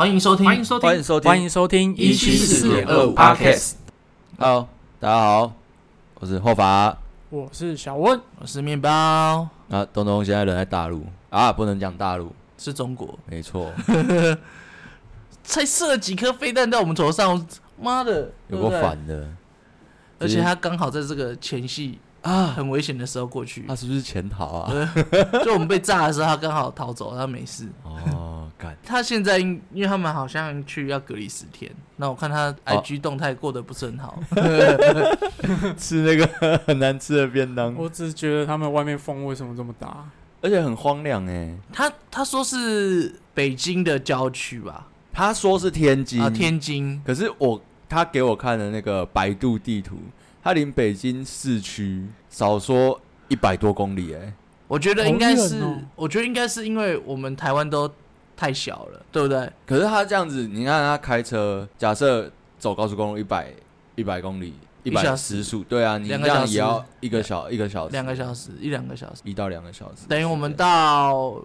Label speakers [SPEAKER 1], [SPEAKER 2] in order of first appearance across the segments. [SPEAKER 1] 欢迎收听，
[SPEAKER 2] 欢迎收
[SPEAKER 3] 欢迎
[SPEAKER 2] 听，
[SPEAKER 3] 收听，
[SPEAKER 2] 欢迎收听
[SPEAKER 1] 一七四点二五 Podcast，
[SPEAKER 3] Hello，大家好，我是霍法啊。
[SPEAKER 2] 我是小温，
[SPEAKER 1] 我是面包，
[SPEAKER 3] 东东现在人在大陆啊，不能讲大陆，
[SPEAKER 1] 是中国，
[SPEAKER 3] 没 错，
[SPEAKER 1] 才射了几颗飞弹到我们头上，妈的，
[SPEAKER 3] 有
[SPEAKER 1] 对不
[SPEAKER 3] 过
[SPEAKER 1] 对，
[SPEAKER 3] 反的。
[SPEAKER 1] 而且他刚好在这个前戏啊很危险的时候过去
[SPEAKER 3] 他，是不是潜逃啊？
[SPEAKER 1] 就我们被炸的时候，他刚好逃走，他没事。
[SPEAKER 3] 哦，干，
[SPEAKER 1] 他现在因因为他们好像去要隔离十天，那我看
[SPEAKER 2] 哦
[SPEAKER 1] 他 IG 动态过得不是很好，
[SPEAKER 3] 吃那个很难吃的便 当，
[SPEAKER 2] 我只是觉得他们外面风为什么这么大？
[SPEAKER 3] 而且很荒凉哎。
[SPEAKER 1] 他他说是北京的郊区吧，
[SPEAKER 3] 他说是天津
[SPEAKER 1] 啊，天津，
[SPEAKER 3] 可是我他给我看的那个百度地图，他离北京市区少说一百多公里哎。
[SPEAKER 1] 我觉得应该
[SPEAKER 2] 好
[SPEAKER 1] 是，
[SPEAKER 2] 远哦，
[SPEAKER 1] 我觉得应该是因为我们台湾都太小了，对不对？
[SPEAKER 3] 可是他这样子，你看他开车，假设走高速公路一百一百公里，
[SPEAKER 1] 一
[SPEAKER 3] 一百
[SPEAKER 1] 小
[SPEAKER 3] 时
[SPEAKER 1] 时
[SPEAKER 3] 速，对啊，你这
[SPEAKER 1] 两个小
[SPEAKER 3] 样
[SPEAKER 1] 时
[SPEAKER 3] 也要一个小一个小时，
[SPEAKER 1] 两个
[SPEAKER 3] 时，
[SPEAKER 1] 小时，一两个小时，
[SPEAKER 3] 一到两个小时。
[SPEAKER 1] 等于我们到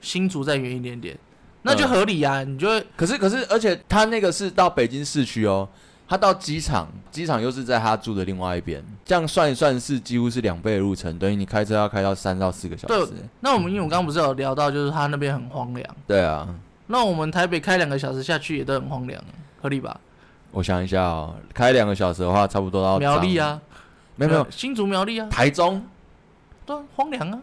[SPEAKER 1] 新竹再远一点点，那
[SPEAKER 3] 嗯
[SPEAKER 1] 就合理呀、啊。你就会
[SPEAKER 3] 可是可是，而且他那个是到北京市区哦，他到机场，机场又是在他住的另外一边，这样算一算是几乎是两倍的路程，等于你开车要开到三到四个小时。
[SPEAKER 1] 那我们因为我刚刚不是有聊到，就是他那边很荒凉，
[SPEAKER 3] 对啊，
[SPEAKER 1] 那我们台北开两个小时下去也都很荒凉，合理吧？
[SPEAKER 3] 我想一下哦，开两个小时的话，差不多到
[SPEAKER 1] 苗
[SPEAKER 3] 彰
[SPEAKER 1] 栗，啊，
[SPEAKER 3] 没有没有，
[SPEAKER 1] 新竹苗栗啊，
[SPEAKER 3] 台中，
[SPEAKER 1] 对啊，荒凉啊，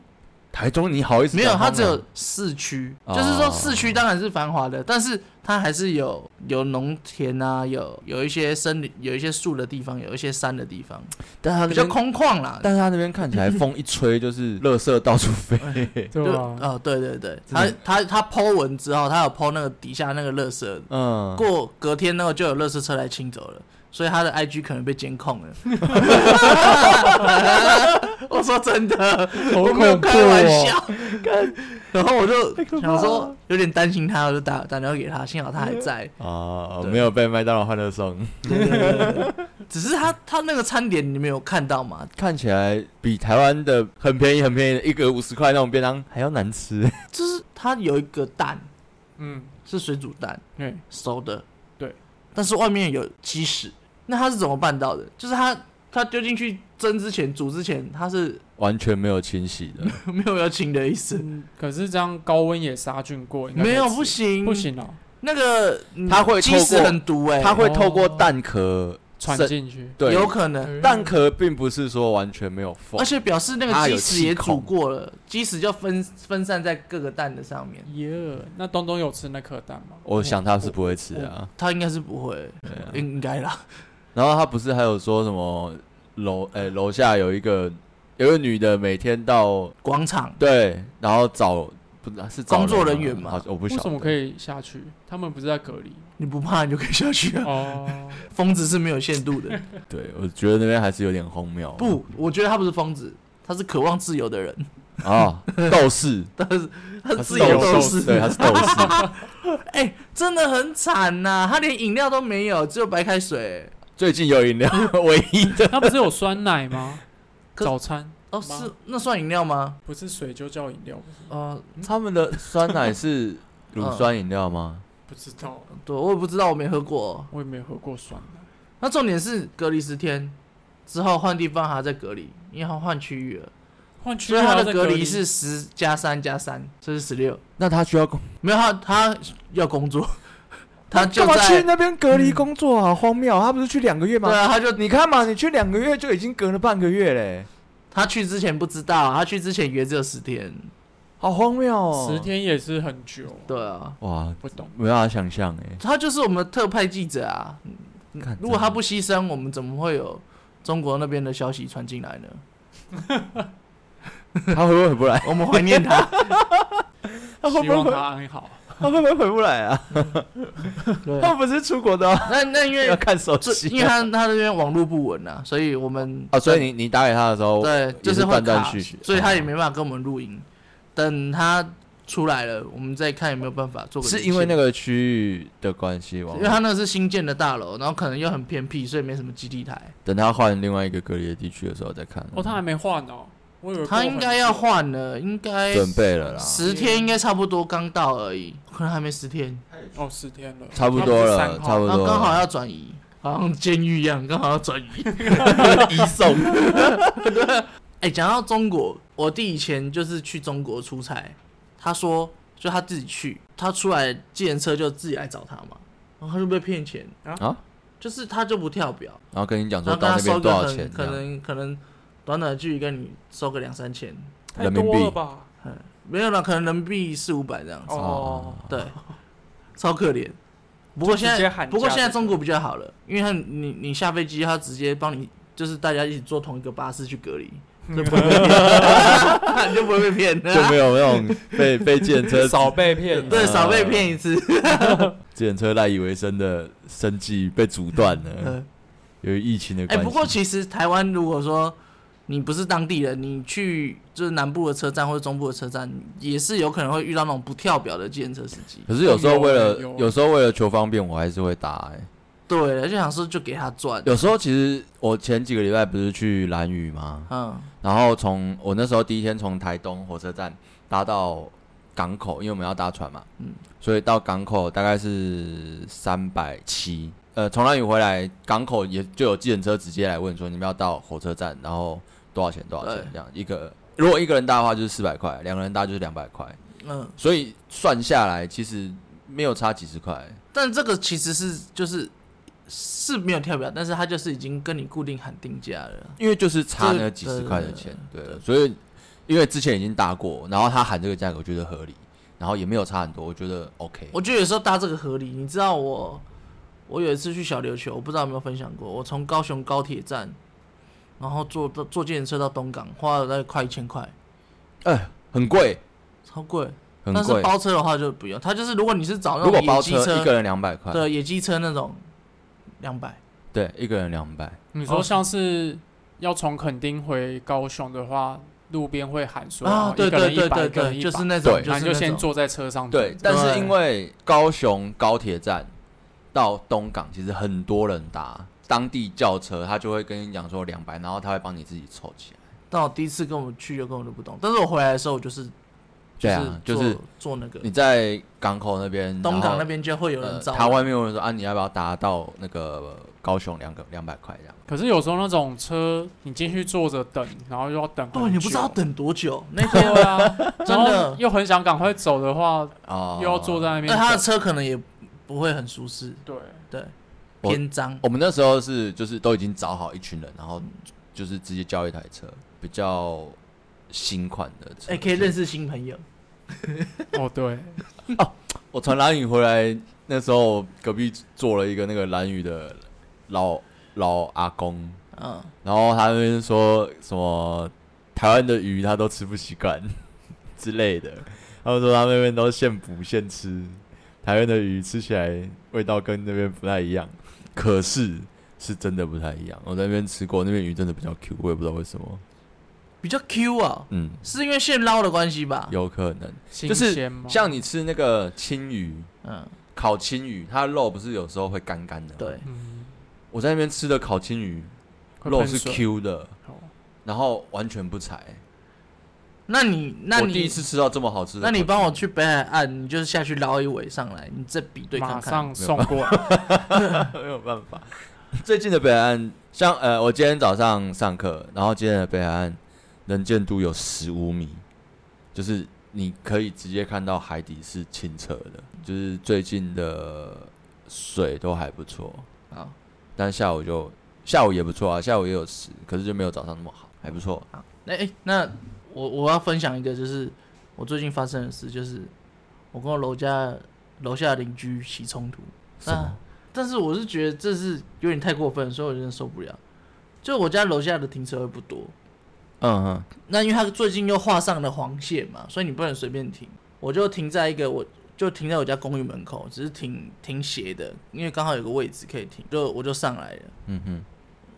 [SPEAKER 3] 台中你好意思
[SPEAKER 1] 没有，
[SPEAKER 3] 讲
[SPEAKER 1] 它
[SPEAKER 3] 啊荒
[SPEAKER 1] 只
[SPEAKER 3] 凉
[SPEAKER 1] 有市区，
[SPEAKER 3] 哦
[SPEAKER 1] 就是说市区当然是繁华的，但是它还是有有农田啊，有有一些森林，有一些树的地方，有一些山的地方，
[SPEAKER 3] 但他那
[SPEAKER 1] 比较
[SPEAKER 3] 边
[SPEAKER 1] 空旷啦。
[SPEAKER 3] 但是他那边看起来风一吹就是垃圾到处 飞
[SPEAKER 2] 对啊
[SPEAKER 1] 就
[SPEAKER 2] 吧？
[SPEAKER 1] 哦，对对对，
[SPEAKER 3] 真
[SPEAKER 1] 他
[SPEAKER 3] 的
[SPEAKER 1] 他他剖文之后，他有剖那个底下那个垃圾，
[SPEAKER 3] 嗯，
[SPEAKER 1] 过隔天那个就有垃圾车来清走了，所以他的 IG 可能被监控了。我说真的，
[SPEAKER 2] 好
[SPEAKER 1] 我
[SPEAKER 2] 恐
[SPEAKER 1] 没有
[SPEAKER 2] 怖
[SPEAKER 1] 开玩
[SPEAKER 2] 哦！
[SPEAKER 1] 笑。然后我
[SPEAKER 2] 太可
[SPEAKER 1] 就
[SPEAKER 2] 怕
[SPEAKER 1] 想
[SPEAKER 2] 了
[SPEAKER 1] 说有点担心他，我就打打电话给他，幸好他还在。
[SPEAKER 3] 啊，
[SPEAKER 1] 对
[SPEAKER 3] 没有被麦当劳欢乐颂，
[SPEAKER 1] 对对对对
[SPEAKER 2] 嗯
[SPEAKER 1] 对 只是他他那个餐点你们有看到吗？
[SPEAKER 3] 看起来比台湾的很便宜很便宜的一个五十块那种便当还要 难吃。
[SPEAKER 1] 就是他有一个蛋
[SPEAKER 2] 嗯，
[SPEAKER 1] 是水煮蛋，
[SPEAKER 2] 对，
[SPEAKER 1] 熟的，
[SPEAKER 2] 对，
[SPEAKER 1] 但是外面有鸡屎，那他是怎么办到的？就是他他丢进去蒸之前、煮之前，他是
[SPEAKER 3] 完全没有清洗的，
[SPEAKER 1] 没有要清的意思，
[SPEAKER 2] 嗯，可是这样高温也杀菌过，应该
[SPEAKER 1] 没有
[SPEAKER 2] 可以
[SPEAKER 1] 不行
[SPEAKER 2] 吃不，行哦，
[SPEAKER 1] 那个嗯
[SPEAKER 3] 它会透
[SPEAKER 1] 鸡
[SPEAKER 3] 过
[SPEAKER 1] 屎很毒哎、哦
[SPEAKER 3] 它会透过蛋壳
[SPEAKER 2] 传
[SPEAKER 3] 渗
[SPEAKER 2] 进去。
[SPEAKER 3] 对，
[SPEAKER 1] 有可能，
[SPEAKER 3] 蛋壳并不是说完全没有缝
[SPEAKER 1] 而，且表示那
[SPEAKER 3] 它
[SPEAKER 1] 个
[SPEAKER 3] 有
[SPEAKER 1] 鸡屎也
[SPEAKER 3] 气孔
[SPEAKER 1] 煮过了，鸡屎就分分散在各个蛋的上面，
[SPEAKER 2] 耶，那东东有吃那颗蛋吗？
[SPEAKER 3] 我想他是不会吃啊。
[SPEAKER 1] 他应该是不会，
[SPEAKER 2] 嗯
[SPEAKER 1] 应该啦，
[SPEAKER 3] 然后他不是还有说什么楼诶、楼下有一个有一个女的每天到
[SPEAKER 1] 广场。
[SPEAKER 3] 对，然后找不知道是找
[SPEAKER 1] 工作
[SPEAKER 3] 吗
[SPEAKER 1] 人员吗
[SPEAKER 3] 好像我不
[SPEAKER 2] 为
[SPEAKER 3] 晓得
[SPEAKER 2] 什么可以下去？他们不是在隔离吗
[SPEAKER 1] 你不怕你就可以下去啊！
[SPEAKER 2] 哦，
[SPEAKER 1] 疯子是没有限度的。
[SPEAKER 3] 对，我觉得那边还是有点荒谬。
[SPEAKER 1] 不，我觉得他不是疯子，他是渴望自由的人，
[SPEAKER 3] 啊，斗士，
[SPEAKER 1] 他
[SPEAKER 3] 他
[SPEAKER 1] 自
[SPEAKER 3] 斗
[SPEAKER 1] 由
[SPEAKER 2] 斗
[SPEAKER 1] 斗
[SPEAKER 2] 士
[SPEAKER 1] 士。
[SPEAKER 3] 对，他是斗士。
[SPEAKER 1] 哎、真的很惨呐、他连饮料都没有，只有白开水、
[SPEAKER 3] 最近有饮料，唯一的
[SPEAKER 2] 他不是有酸奶吗？
[SPEAKER 1] 可
[SPEAKER 2] 早餐
[SPEAKER 1] 哦，
[SPEAKER 2] 妈
[SPEAKER 1] 是那算饮料吗？
[SPEAKER 2] 不是水就叫饮料，不是
[SPEAKER 1] 哦、
[SPEAKER 3] 他们的酸奶是乳酸饮料吗？
[SPEAKER 2] 不知道，
[SPEAKER 1] 对，我也不知道，我没喝过、
[SPEAKER 2] 我也没喝过酸奶。
[SPEAKER 1] 那重点是隔离十天之后换地方还要再隔离，因为他换区域了，
[SPEAKER 2] 换区
[SPEAKER 1] 所以
[SPEAKER 2] 还
[SPEAKER 1] 他
[SPEAKER 2] 要
[SPEAKER 1] 的
[SPEAKER 2] 再
[SPEAKER 1] 隔
[SPEAKER 2] 离
[SPEAKER 1] 离是十加三加三，这是十六。
[SPEAKER 3] 那他需要工，
[SPEAKER 1] 没有他，他要工作， 他就
[SPEAKER 3] 干嘛去
[SPEAKER 1] 在
[SPEAKER 3] 那边隔离工作啊？荒谬！他不是去两个月
[SPEAKER 1] 对
[SPEAKER 3] 吗？
[SPEAKER 1] 啊，他就
[SPEAKER 3] 你看嘛，你去两个月就已经隔了半个月嘞，
[SPEAKER 1] 他去之前不知道，他去之前约只有十天。
[SPEAKER 3] 好荒谬哦！
[SPEAKER 2] 十，天也是很久，
[SPEAKER 1] 对啊，
[SPEAKER 3] 哇，
[SPEAKER 2] 不懂。
[SPEAKER 3] 没办法想象哎。
[SPEAKER 1] 他就是我们的特派记者啊。
[SPEAKER 3] 看
[SPEAKER 1] 如果他
[SPEAKER 3] 真的
[SPEAKER 1] 不牺牲，我们怎么会有中国那边的消息传进来呢？
[SPEAKER 3] 他会不会回不来？
[SPEAKER 1] 我们怀念 他。
[SPEAKER 3] 他会
[SPEAKER 2] 希
[SPEAKER 3] 不会
[SPEAKER 2] 望
[SPEAKER 3] 回？
[SPEAKER 2] 他安好。
[SPEAKER 3] 他会不会回不来啊？
[SPEAKER 1] 对，
[SPEAKER 3] 他不是出国的哦，
[SPEAKER 1] 那那因
[SPEAKER 3] 要
[SPEAKER 1] 为
[SPEAKER 3] 看手
[SPEAKER 1] 这因
[SPEAKER 3] 机
[SPEAKER 1] 为他他那边网络不稳啊，所以我们
[SPEAKER 3] 啊。所以你你打给他的时候，
[SPEAKER 1] 对
[SPEAKER 3] 也
[SPEAKER 1] 就是会
[SPEAKER 3] 断断
[SPEAKER 1] 卡
[SPEAKER 3] 续续
[SPEAKER 1] 所以他也没办法跟我们录音。等他出来了，我们再看有没有办法做个。
[SPEAKER 3] 是因为那
[SPEAKER 1] 个，
[SPEAKER 3] 个区域的关系吗？
[SPEAKER 1] 因为他那个是新建的大楼，然后可能又很偏僻，所以没什么基地台。
[SPEAKER 3] 等他换另外一个隔离的地区的时候再看。啊
[SPEAKER 2] 哦，他还没换哦。我以为过
[SPEAKER 1] 他
[SPEAKER 2] 很
[SPEAKER 1] 应该要换了，应该
[SPEAKER 3] 准备啊了啦，
[SPEAKER 1] 十天应该差不多刚到而已，可能还没十天，
[SPEAKER 2] 久哦十天了，
[SPEAKER 3] 差不多
[SPEAKER 2] 他
[SPEAKER 3] 了，
[SPEAKER 2] 是3号
[SPEAKER 3] 差不
[SPEAKER 1] 然后
[SPEAKER 3] 多
[SPEAKER 1] 刚好
[SPEAKER 3] 了。
[SPEAKER 1] 要转移，好像监狱一样，刚好要转移。
[SPEAKER 3] 移 送，
[SPEAKER 1] 哎、讲到中国，我弟以前就是去中国出差，他说就他自己去，他出来计程车就自己来找他嘛，然后他就被骗钱
[SPEAKER 3] 啊，
[SPEAKER 1] 就是他就不跳表，
[SPEAKER 3] 然后跟你讲
[SPEAKER 1] 然
[SPEAKER 3] 说
[SPEAKER 1] 后跟他
[SPEAKER 3] 到那
[SPEAKER 1] 收
[SPEAKER 3] 边多
[SPEAKER 1] 个
[SPEAKER 3] 少
[SPEAKER 1] 很
[SPEAKER 3] 钱，
[SPEAKER 1] 可能可能短短的距离跟你收个两三千，
[SPEAKER 2] 太
[SPEAKER 3] 人民币
[SPEAKER 2] 多了吧？
[SPEAKER 1] 没有了，可能人民币四五百这样子，
[SPEAKER 2] 哦，
[SPEAKER 1] 对，超可怜。不过
[SPEAKER 2] 就直
[SPEAKER 1] 现在
[SPEAKER 2] 接喊价
[SPEAKER 1] 不过现在
[SPEAKER 2] 就对
[SPEAKER 1] 中国比较好了，因为他你你下飞机，他直接帮你，就是大家一起坐同一个巴士去隔离，
[SPEAKER 2] 嗯
[SPEAKER 1] 就不会被骗，你 就不会被骗。
[SPEAKER 3] 这样就没有那种被 被检车
[SPEAKER 2] 少被骗了，
[SPEAKER 1] 对，少被骗一次。
[SPEAKER 3] 检车赖以为生的生计被阻断 了，
[SPEAKER 1] 嗯
[SPEAKER 3] 由于疫情的
[SPEAKER 1] 哎、
[SPEAKER 3] 关系。
[SPEAKER 1] 不过其实台湾如果说你不是当地人，你去就是南部的车站或者中部的车站，也是有可能会遇到那种不跳表的计程车司机。
[SPEAKER 3] 可是有时候为了
[SPEAKER 2] 有啊有啊
[SPEAKER 3] 有时候为了求方便，我还是会打哎。
[SPEAKER 1] 对，就想说就给他赚。
[SPEAKER 3] 有时候其实我前几个礼拜不是去兰屿吗？
[SPEAKER 1] 嗯
[SPEAKER 3] 然后从我那时候第一天从台东火车站搭到港口，因为我们要搭船嘛，
[SPEAKER 1] 嗯
[SPEAKER 3] 所以到港口大概是三百七。呃，从那里回来，港口也就有计程车直接来问说你们要到火车站，然后多少钱？多少钱
[SPEAKER 1] 对？
[SPEAKER 3] 这样一个，如果一个人搭的话就是四百块，两个人搭就是两百块，
[SPEAKER 1] 嗯，
[SPEAKER 3] 所以算下来其实没有差几十块。
[SPEAKER 1] 但这个其实是就是是没有跳表，但是他就是已经跟你固定喊定价了。
[SPEAKER 3] 因为就是差
[SPEAKER 1] 这
[SPEAKER 3] 那几十块的
[SPEAKER 1] 对
[SPEAKER 3] 钱，对
[SPEAKER 1] 对
[SPEAKER 3] 所以因为之前已经打过，然后他喊这个价格，我觉得合理，然后也没有差很多，我觉得 OK。
[SPEAKER 1] 我觉得有时候搭这个合理。你知道我，我有一次去小琉球，我不知道有没有分享过，我从高雄高铁站，然后坐坐坐计程车到东港，花了大概快一千块，
[SPEAKER 3] 哎，很贵，
[SPEAKER 1] 超贵。
[SPEAKER 3] 很
[SPEAKER 1] 但是
[SPEAKER 3] 贵。
[SPEAKER 1] 包车的话就不用，它就是如果你是找那
[SPEAKER 3] 如果
[SPEAKER 1] 种野
[SPEAKER 3] 包
[SPEAKER 1] 鸡
[SPEAKER 3] 车一个人两百块，
[SPEAKER 1] 对野鸡车那种，两百。
[SPEAKER 3] 对，一个人两百，
[SPEAKER 2] 你
[SPEAKER 1] 哦
[SPEAKER 2] 说像是要从垦丁回高雄的话，路边会喊说哦
[SPEAKER 1] 啊，对对对对对，
[SPEAKER 2] 对，
[SPEAKER 1] 就是
[SPEAKER 2] 那，
[SPEAKER 1] 那种，
[SPEAKER 3] 对
[SPEAKER 1] 就
[SPEAKER 2] 然后
[SPEAKER 1] 是
[SPEAKER 2] 你就
[SPEAKER 1] 那
[SPEAKER 2] 先
[SPEAKER 1] 种，
[SPEAKER 2] 坐在车上等
[SPEAKER 3] 对。但是因为高雄高铁站到东港，其实很多人搭当地轿车，他就会跟你讲说两百，然后他会帮你自己凑起来。
[SPEAKER 1] 但我第一次跟我们去，就根本就不懂。但是我回来的时候，我就是就
[SPEAKER 3] 对
[SPEAKER 1] 是
[SPEAKER 3] 啊，就
[SPEAKER 1] 坐
[SPEAKER 3] 是
[SPEAKER 1] 坐那个
[SPEAKER 3] 你在港口那边，
[SPEAKER 1] 东
[SPEAKER 3] 然
[SPEAKER 1] 港
[SPEAKER 3] 后
[SPEAKER 1] 那边就会有人
[SPEAKER 3] 呃
[SPEAKER 1] 找我。
[SPEAKER 3] 他外面有人说啊，你要不要达到那个呃高雄两个两百块这样？
[SPEAKER 2] 可是有时候那种车，你进去坐着等，然后又要等很久，
[SPEAKER 1] 哦对，你不知道等多久，那
[SPEAKER 2] 对
[SPEAKER 1] 天
[SPEAKER 2] 啊，
[SPEAKER 1] 真
[SPEAKER 2] 然
[SPEAKER 1] 的
[SPEAKER 2] 后又很想赶快走的话，
[SPEAKER 3] 哦，
[SPEAKER 2] 又要坐在那边
[SPEAKER 1] 那他的
[SPEAKER 2] 等。
[SPEAKER 1] 车可能也不会很舒适，
[SPEAKER 2] 对，
[SPEAKER 1] 对，
[SPEAKER 3] 我
[SPEAKER 1] 偏脏。
[SPEAKER 3] 我们那时候是就是都已经找好一群人，然后就是直接叫一台车，比较新款的车。
[SPEAKER 1] 哎、可以认识新朋友，
[SPEAKER 2] 哦 对，
[SPEAKER 3] 我从蓝屿回来，那时候隔壁坐了一个那个蓝屿的老老阿公，
[SPEAKER 1] 嗯，
[SPEAKER 3] 然后他那边说什么台湾的鱼他都吃不习惯 之类的，他们说他们那边都现捕现吃，台湾的鱼吃起来味道跟那边不太一样，可是是真的不太一样。我在那边吃过，那边鱼真的比较 Q，我也不知道为什么，
[SPEAKER 1] 比较 Q 啊，
[SPEAKER 3] 嗯，
[SPEAKER 1] 是因为现捞的关系吧？，
[SPEAKER 3] 有可能
[SPEAKER 1] 哦
[SPEAKER 2] 新
[SPEAKER 3] 就是
[SPEAKER 2] 鲜嘛
[SPEAKER 3] 像你吃那个青鱼。
[SPEAKER 1] 嗯，
[SPEAKER 3] 烤青鱼，它的肉不是有时候会干干的。，
[SPEAKER 1] 对，
[SPEAKER 2] 嗯，
[SPEAKER 3] 我在那边吃的烤青鱼，
[SPEAKER 2] 会
[SPEAKER 3] 肉
[SPEAKER 2] 喷
[SPEAKER 3] 是
[SPEAKER 2] 水
[SPEAKER 3] Q 的，
[SPEAKER 2] 哦
[SPEAKER 3] 然后完全不柴。
[SPEAKER 1] 那你那
[SPEAKER 3] 我
[SPEAKER 1] 你
[SPEAKER 3] 第一次吃到这么好吃
[SPEAKER 1] 那
[SPEAKER 3] 的烤青鱼。
[SPEAKER 1] 你帮我去北海岸，你就是下去捞一尾上来，你再比对看
[SPEAKER 2] 马
[SPEAKER 1] 看。
[SPEAKER 2] 上送过来。
[SPEAKER 3] 没有办法。最近的北海岸，像呃，我今天早上上课，然后今天的北海岸能见度有十五米，就是你可以直接看到海底是清澈的，就是最近的水都还不错，
[SPEAKER 1] 好，
[SPEAKER 3] 但下午就下午也不错啊，下午也有十，可是就没有早上那么好，还不错。
[SPEAKER 1] 那、哎，那我我要分享一个，就是我最近发生的事，就是我跟我楼家楼下邻居起冲突。
[SPEAKER 3] 什么？
[SPEAKER 1] 但是我是觉得这是有点太过分了，所以我真的受不了。就我家楼下的停车位不多，
[SPEAKER 3] 嗯嗯，
[SPEAKER 1] 那因为他最近又画上了黄线嘛，所以你不能随便停。我就停在一个，我就停在我家公寓门口，只是停停斜的，因为刚好有个位置可以停，就我就上来了。
[SPEAKER 3] 嗯哼，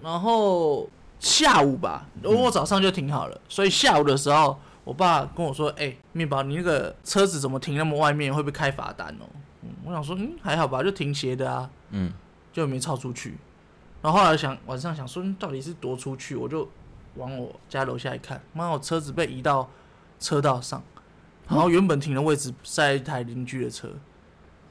[SPEAKER 1] 然后下午吧，我早上就停好了，所以下午的时候，我爸跟我说：“哎、面包，你那个车子怎么停那么外面？会不会开罚单哦？”嗯，我想说，嗯，还好吧，就停斜的啊。
[SPEAKER 3] 嗯，
[SPEAKER 1] 就没超出去。然后后来想晚上想说，嗯到底是多出去？我就往我家楼下一看，妈，我车子被移到车道上，然后原本停的位置塞一台邻居的车，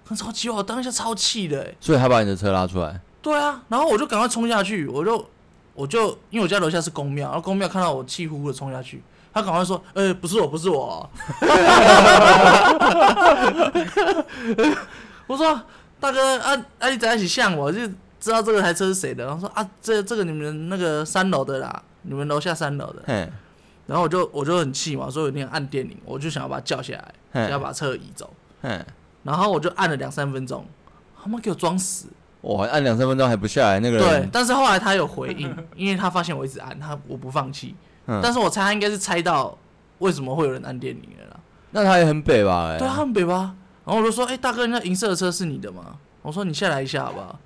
[SPEAKER 1] 看超气，我当下超气的、欸，
[SPEAKER 3] 所以他把你的车拉出来，
[SPEAKER 1] 对啊，然后我就赶快冲下去，我就我就因为我家楼下是公庙，然后公庙看到我气呼呼的冲下去，他赶快说：“呃、不是我，不是我 哦。”我说：“大哥，啊啊，你在一起像我，就知道这个台车是谁的。”然后说：“啊，这这个你们那个三楼的啦，你们楼下三楼的。
[SPEAKER 3] 嘿，”
[SPEAKER 1] 然后我就我就很气嘛，所以我一定按电铃，我就想要把他叫下来，
[SPEAKER 3] 嗯
[SPEAKER 1] 想要把车移走。
[SPEAKER 3] 嘿，
[SPEAKER 1] 然后我就按了两三分钟，他妈给我装死！
[SPEAKER 3] 哇，按两三分钟还不下来，那个
[SPEAKER 1] 对
[SPEAKER 3] 人，，
[SPEAKER 1] 但是后来他有回应， 因为他发现我一直按他，我不放弃。
[SPEAKER 3] 嗯
[SPEAKER 1] 但是我猜他应该是猜到为什么会有人按电铃了啦。
[SPEAKER 3] 那他也很北吧？哎
[SPEAKER 1] 对啊，，很北吧？然后我就说：“哎、大哥，那银色的车是你的吗？”我说：“你下来一下好不好？”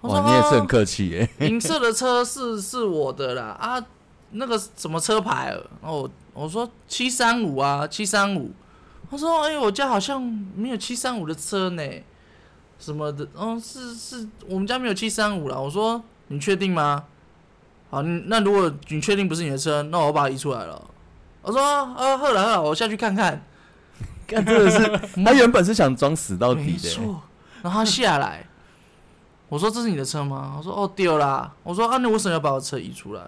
[SPEAKER 1] 我说
[SPEAKER 3] 哇，：“你也是很
[SPEAKER 1] 啊，
[SPEAKER 3] 客气耶，
[SPEAKER 1] 银色的车是是我的啦啊，那个什么车牌？”然后我我说：“七三五啊，七三五。”他说：“哎、我家好像没有七三五的车呢，什么的，嗯，是是，我们家没有七三五了。”我说：“你确定吗？”好，你那如果你确定不是你的车，那我把它移出来了。我说：“呃，后来后来，我下去看看。
[SPEAKER 3] 看真的是， 他原本是想装死到
[SPEAKER 1] 没
[SPEAKER 3] 底的耶，
[SPEAKER 1] 错。然后他下来， 我说：“这是你的车吗？”他说：“哦，丢啦。”我说：“啊，你为什么要把我车移出来？”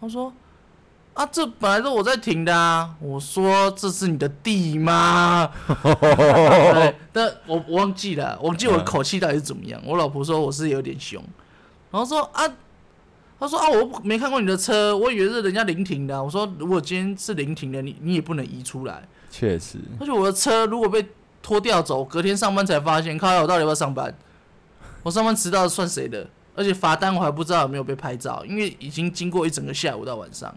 [SPEAKER 1] 他说：“啊，这本来是我在停的啊。”我说：“这是你的地吗？”
[SPEAKER 3] 哦欸
[SPEAKER 1] 对，但我我忘记了，我忘记我的口气到底是怎么样。我老婆说我是有点凶，然后说啊。他说啊，我不没看过你的车，我以为是人家临停的啊、我说，如果今天是临停的，你你也不能移出来。
[SPEAKER 3] 确实，
[SPEAKER 1] 而且我的车如果被拖掉走，隔天上班才发现，靠，我到底要不要上班？我上班迟到算谁的？而且罚单我还不知道有没有被拍照，因为已经经过一整个下午到晚上，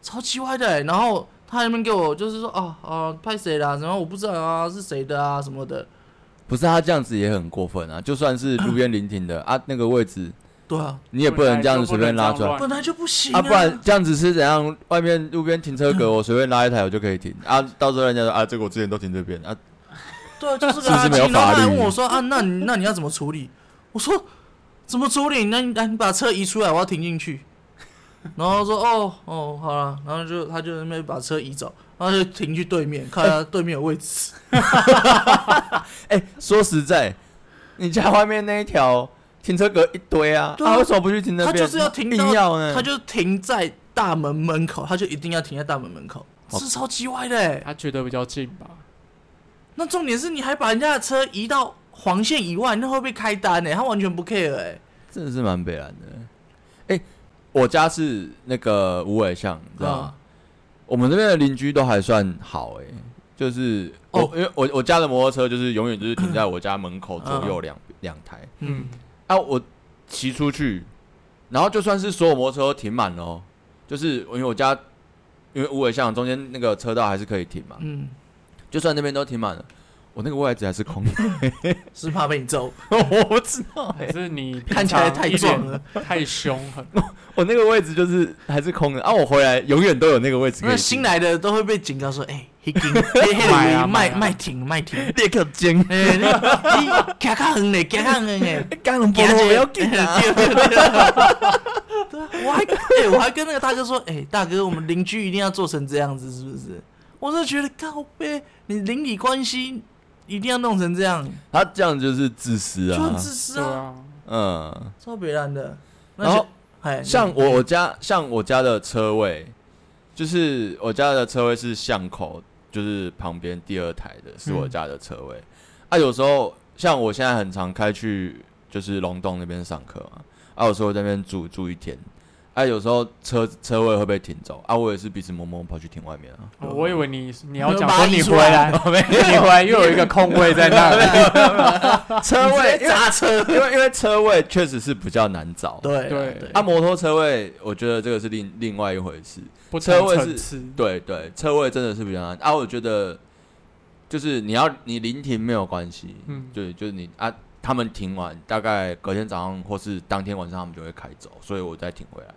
[SPEAKER 1] 超奇怪的欸、然后他还那边给我就是说，哦哦，拍谁啦？然后我不知道啊，是谁的啊什么的。
[SPEAKER 3] 不是他这样子也很过分啊，就算是路边临停的啊，那个位置
[SPEAKER 1] 对啊，
[SPEAKER 3] 你也不能这样子随便拉出来。
[SPEAKER 1] 本来就不行
[SPEAKER 3] 啊，不然这样子是怎样？外面路边停车格， 我随便拉一台我就可以停啊。到时候人家说啊，这个我之前都停这边啊，
[SPEAKER 1] 对啊，就是
[SPEAKER 3] 是
[SPEAKER 1] 个
[SPEAKER 3] 不是
[SPEAKER 1] 垃圾
[SPEAKER 3] 没有
[SPEAKER 1] 然后
[SPEAKER 3] 法
[SPEAKER 1] 他还
[SPEAKER 3] 律
[SPEAKER 1] 问我说啊，那你那你要怎么处理？我说怎么处理？那你那你把车移出来，我要停进去。然后他说哦哦好了，然后就他就在那边把车移走，然后就停去对面，看他对面有位置。
[SPEAKER 3] 哎、说实在，你家外面那一条停车格一堆啊，
[SPEAKER 1] 对啊
[SPEAKER 3] 啊为什么不去停那
[SPEAKER 1] 他
[SPEAKER 3] 边？
[SPEAKER 1] 就是要停到
[SPEAKER 3] 硬要呢？
[SPEAKER 1] 他就停在大门门口，他就一定要停在大门门口，
[SPEAKER 3] 哦
[SPEAKER 1] 是超级歪的欸。
[SPEAKER 2] 他觉得比较近吧？
[SPEAKER 1] 那重点是你还把人家的车移到黄线以外，那会被开单哎，他完全不 care 哎。
[SPEAKER 3] 真的是蛮北蓝的。哎、我家是那个五尾巷，你知
[SPEAKER 1] 嗯
[SPEAKER 3] 道吗？我们这边的邻居都还算好、哎，就是我、
[SPEAKER 1] 哦
[SPEAKER 3] 因为我我家的摩托车就是永远就是停在我家门口左右两两、台
[SPEAKER 1] 嗯
[SPEAKER 2] 嗯，
[SPEAKER 3] 啊，我骑出去，然后就算是所有摩托车都停满了、哦，就是因为我家因为五尾巷中间那个车道还是可以停嘛，
[SPEAKER 1] 嗯，
[SPEAKER 3] 就算那边都停满了，我那个位置还是空的，
[SPEAKER 1] 是怕被你揍，
[SPEAKER 3] 我不知道哎、
[SPEAKER 2] 还是你平常
[SPEAKER 1] 看起来太
[SPEAKER 2] 一脸
[SPEAKER 1] 壮了，
[SPEAKER 2] 太凶狠。啊
[SPEAKER 3] 我那个位置就是还是空的啊，我回来永远都有那个位置可以
[SPEAKER 1] 那
[SPEAKER 3] 停。
[SPEAKER 1] 新来的都会被警告说：“哎、黑 金，黑
[SPEAKER 2] 买
[SPEAKER 1] 黑卖
[SPEAKER 2] 啊买啊
[SPEAKER 1] 卖停卖停。
[SPEAKER 3] 立刻尖，
[SPEAKER 1] 哎、你你卡卡横嘞，卡卡横 嘞，
[SPEAKER 3] 干了
[SPEAKER 1] 行
[SPEAKER 3] 不要
[SPEAKER 1] 紧
[SPEAKER 3] 紧
[SPEAKER 1] 啊！
[SPEAKER 3] 啊！
[SPEAKER 1] 对对对对啊我还哎、我还跟那个大哥说：“哎、大哥，我们邻居一定要做成这样子，是不是？”我是觉得靠背，你邻里关系一定要弄成这样，
[SPEAKER 3] 他这样就是自私
[SPEAKER 1] 就很
[SPEAKER 3] 啊，
[SPEAKER 1] 自私
[SPEAKER 2] 对
[SPEAKER 1] 啊，
[SPEAKER 2] 啊，
[SPEAKER 3] 嗯。
[SPEAKER 1] 超别人的。那
[SPEAKER 3] 然后
[SPEAKER 1] 就哎，
[SPEAKER 3] 像我我家像我家的车位，就是我家的车位是巷口，就是旁边第二台的是我家的车位。啊，有时候像我现在很常开去就是龙洞那边上课嘛，啊，有时候在那边住住一天。啊，有时候车车位会被停走啊，我也是鼻子摸摸跑去停外面啊。
[SPEAKER 2] 哦我以为你你要
[SPEAKER 1] 你们
[SPEAKER 2] 讲
[SPEAKER 1] 把
[SPEAKER 2] 说
[SPEAKER 1] 它移
[SPEAKER 2] 你
[SPEAKER 1] 出
[SPEAKER 2] 回
[SPEAKER 1] 来
[SPEAKER 2] 来，你回来又有一个空位在那 里。
[SPEAKER 3] 车位因为
[SPEAKER 1] 砸车，
[SPEAKER 3] 因为因为车位确实是比较难找，
[SPEAKER 1] 对
[SPEAKER 2] 对
[SPEAKER 1] 对
[SPEAKER 3] 啊，摩托车位，我觉得这个是另另外一回事。
[SPEAKER 2] 不
[SPEAKER 3] 车
[SPEAKER 2] 同
[SPEAKER 3] 位
[SPEAKER 2] 层
[SPEAKER 3] 是
[SPEAKER 2] 次，
[SPEAKER 3] 对对，车位真的是比较难啊。我觉得就是你要你临停没有关系，
[SPEAKER 2] 嗯
[SPEAKER 3] 对，就是你啊，他们停完大概隔天早上或是当天晚上他们就会开走，所以我再停回来。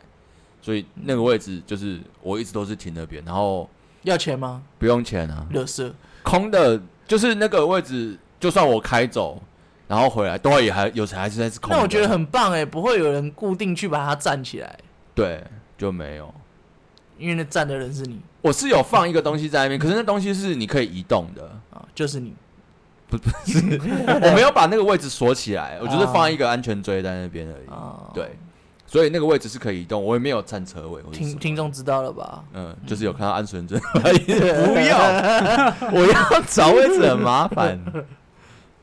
[SPEAKER 3] 所以那个位置就是我一直都是停那边，然后
[SPEAKER 1] 要钱吗？
[SPEAKER 3] 不用钱啊，
[SPEAKER 1] 乐色，
[SPEAKER 3] 空的，就是那个位置，就算我开走，然后回来都会也还有时还是在是空的。
[SPEAKER 1] 欸那我觉得很棒哎、不会有人固定去把它站起来。
[SPEAKER 3] 对，就没有。
[SPEAKER 1] 因为那站的人是你
[SPEAKER 3] 我是有放一个东西在那边，可是那东西是你可以移动的，
[SPEAKER 1] 啊，就是你。
[SPEAKER 3] 我没有把那个位置锁起来，我就是放一个安全锥在那边而已。
[SPEAKER 1] 啊，
[SPEAKER 3] 对，所以那个位置是可以移动，我也没有占车位或者什
[SPEAKER 1] 听
[SPEAKER 3] 么。
[SPEAKER 1] 听众知道了吧？
[SPEAKER 3] 嗯，就是有看到安全锥，不要，我要找位置很麻烦。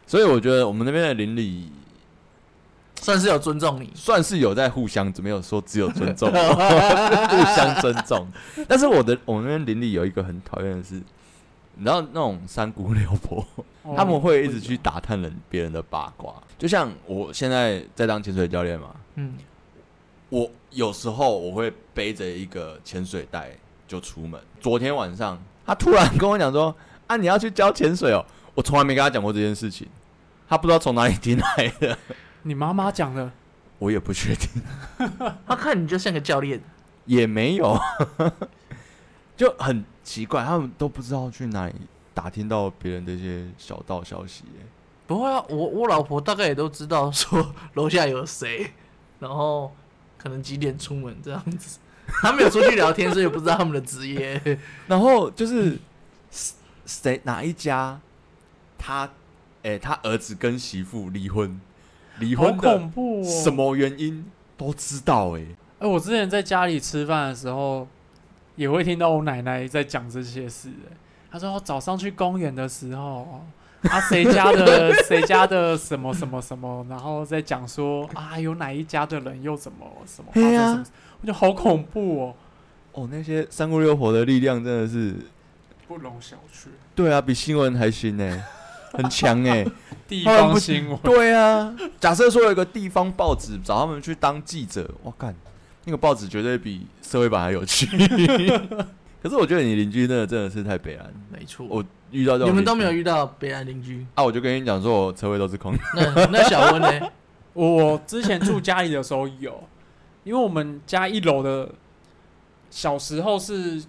[SPEAKER 3] 所以我觉得我们那边的邻里
[SPEAKER 1] 算是有尊重你。
[SPEAKER 3] 算是有在互相，没有说只有尊重，互相尊重。但是我的我们那边邻里有一个很讨厌的是，你知道那种三姑六婆，
[SPEAKER 2] 哦
[SPEAKER 3] 他们会一直去打探人别人的八卦。就像我现在在当潜水教练嘛，
[SPEAKER 1] 嗯，
[SPEAKER 3] 我有时候我会背着一个潜水袋就出门。昨天晚上，他突然跟我讲说：“啊，你要去教潜水哦！”我从来没跟他讲过这件事情，他不知道从哪里听来的，
[SPEAKER 2] 你妈妈讲的，
[SPEAKER 3] 我也不确定，
[SPEAKER 1] 他看你就像个教练，
[SPEAKER 3] 也没有， 就很奇怪，他们都不知道去哪里打听到别人的一些小道消息耶。
[SPEAKER 1] 不会啊，我我老婆大概也都知道说楼下有谁，然后可能几点出门这样子。 他们有出去聊天，所以也不知道他们的职 业。
[SPEAKER 3] 然后就是谁谁哪一家，他哎、他儿子跟媳妇离婚，离
[SPEAKER 2] 好
[SPEAKER 3] 婚的
[SPEAKER 2] 恐怖哦！
[SPEAKER 3] 什？么原因都知道哎、
[SPEAKER 2] 哎，我之前在家里吃饭的时候，也会听到我奶奶在讲这些事。哎，她说早上去公园的时候，啊，谁家的谁家的什么什么什么，然后再讲说啊，有哪一家的人又怎么什么发生
[SPEAKER 3] 嘿啊
[SPEAKER 2] 什么，我觉得好恐怖哦，
[SPEAKER 3] 哦，那些三姑六婆的力量真的是，
[SPEAKER 2] 不容小觑。
[SPEAKER 3] 对啊，比新闻还新哎、很强 哎、
[SPEAKER 2] 地
[SPEAKER 3] 他们
[SPEAKER 2] 方
[SPEAKER 3] 不
[SPEAKER 2] 新闻，
[SPEAKER 3] 对啊，假设说有一个地方报纸找他们去当记者，我干，那个报纸绝对比社会版还有趣。 可是我觉得你邻居真的真的是太北安，
[SPEAKER 1] 没错，
[SPEAKER 3] 我遇到这种
[SPEAKER 1] 你嗯们都
[SPEAKER 3] 邻
[SPEAKER 1] 没
[SPEAKER 3] 居
[SPEAKER 1] 有遇到北岸邻居。
[SPEAKER 3] 啊，我就跟你讲说我车位都是空的。
[SPEAKER 1] 那那小温呢？
[SPEAKER 2] 我我之前住家里的时候有，因为我们家一楼的小时候是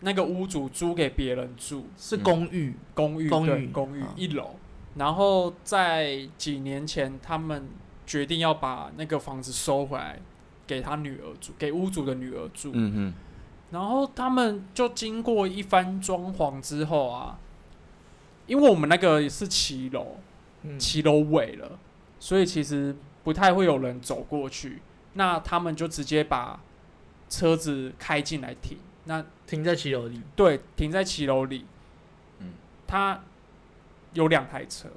[SPEAKER 2] 那个屋主租给别人住
[SPEAKER 1] 是公寓，
[SPEAKER 2] 公寓，
[SPEAKER 1] 公
[SPEAKER 2] 对
[SPEAKER 1] 寓
[SPEAKER 2] 公寓
[SPEAKER 1] 啊
[SPEAKER 2] 一楼，然后在几年前他们决定要把那个房子收回来给他女儿住，给屋主的女儿住，
[SPEAKER 3] 嗯
[SPEAKER 2] 然后他们就经过一番装潢之后啊，因为我们那个是七楼，
[SPEAKER 1] 嗯，
[SPEAKER 2] 骑楼尾了，所以其实不太会有人走过去。那他们就直接把车子开进来停，那
[SPEAKER 1] 停在骑楼里。
[SPEAKER 2] 对停在骑楼里。
[SPEAKER 3] 嗯，
[SPEAKER 2] 他有两台车，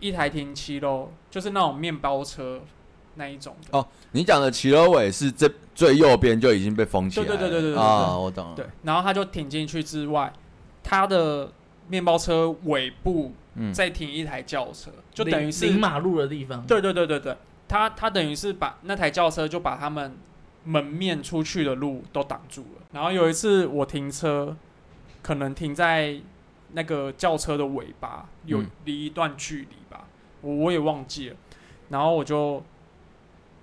[SPEAKER 2] 一台停骑楼，就是那种面包车那一种的。
[SPEAKER 3] 哼，你讲的骑楼尾是这最右边就已经被封起来了。
[SPEAKER 2] 对对对对对对
[SPEAKER 3] 啊，我懂了。
[SPEAKER 2] 对，然后他就停进去之外，他的面包车尾部
[SPEAKER 3] 嗯，
[SPEAKER 2] 再停一台轿车，就
[SPEAKER 1] 临
[SPEAKER 2] 等于是
[SPEAKER 1] 临马路的地方。
[SPEAKER 2] 对对对对对，他他等于是把那台轿车就把他们门面出去的路都挡住了。然后有一次我停车，可能停在那个轿车的尾巴，有
[SPEAKER 3] 嗯
[SPEAKER 2] 离一段距离吧，我我也忘记了。然后我就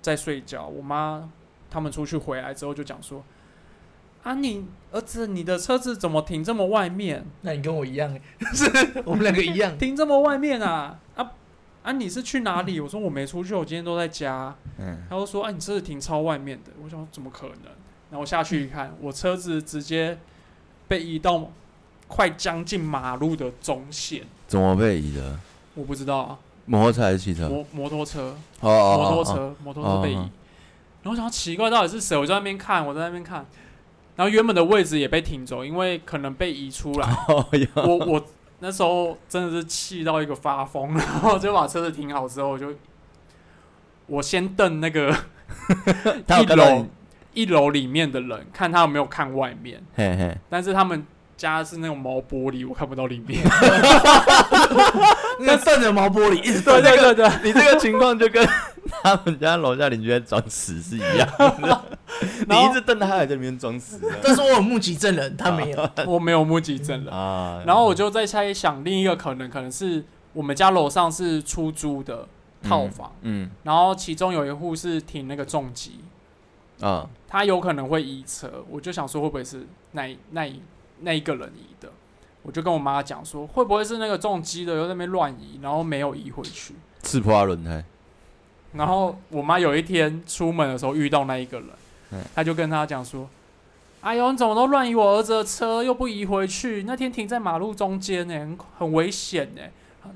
[SPEAKER 2] 在睡觉，我妈他们出去回来之后就讲说。啊你，儿子，你的车子怎么停这么外面？
[SPEAKER 1] 那你跟我一样欸， 是我们两个一 样。
[SPEAKER 2] 停这么外面啊？啊啊，你是去哪里？我说我没出去，我今天都在家。
[SPEAKER 3] 嗯，
[SPEAKER 2] 他就说：“啊，你车子停超外面的。”我想说怎么可能？然后我下去一看，我车子直接被移到快将近马路的中线，
[SPEAKER 3] 怎么被移的？
[SPEAKER 2] 我不知道啊，
[SPEAKER 3] 摩托车还是汽车？
[SPEAKER 2] 摩摩托车，
[SPEAKER 3] 嗯哦哦
[SPEAKER 2] 摩托
[SPEAKER 3] 哦
[SPEAKER 2] 车，摩托车被移。
[SPEAKER 3] 哦哦
[SPEAKER 2] 然后我想说奇怪，到底是谁？我在那边看，我在那边看。然后原本的位置也被停走，因为可能被移出 来。
[SPEAKER 3] 哦哦哟
[SPEAKER 2] 我我那时候真的是气到一个发疯，然后就把车子停好之后，我就我先瞪那个
[SPEAKER 3] 他有看
[SPEAKER 2] 一
[SPEAKER 3] 到
[SPEAKER 2] 楼
[SPEAKER 3] 你，
[SPEAKER 2] 一楼里面的人，看他有没有看外面。
[SPEAKER 3] 嘿嘿，
[SPEAKER 2] 但是他们家是那种毛玻璃，我看不到里面。
[SPEAKER 1] 那瞪着毛玻璃，一直瞪。
[SPEAKER 2] 对对对，
[SPEAKER 3] 你这个情况就跟 他们家楼下邻居在装死是一样的。 你
[SPEAKER 2] 然后
[SPEAKER 3] 一直瞪他，还在那边装死
[SPEAKER 1] 但是我有目击证人，他没有。
[SPEAKER 2] 我没有目击证人。
[SPEAKER 3] 啊。
[SPEAKER 2] 然后我就在猜想另一个可能，可能是我们家楼上是出租的套房，
[SPEAKER 3] 嗯
[SPEAKER 2] 然后其中有一户是停那个重机，
[SPEAKER 3] 啊，
[SPEAKER 2] 他有可能会移车，我就想说会不会是那一那一那一个人移的，我就跟我妈讲说会不会是那个重机的又在那边乱移，然后没有移回去。
[SPEAKER 3] 刺破他轮胎。
[SPEAKER 2] 然后我妈有一天出门的时候遇到那一个人
[SPEAKER 3] 嗯，
[SPEAKER 2] 她就跟他讲说：“哎呦，你怎么都乱移我儿子的车，又不移回去？那天停在马路中间呢、很很危险呢、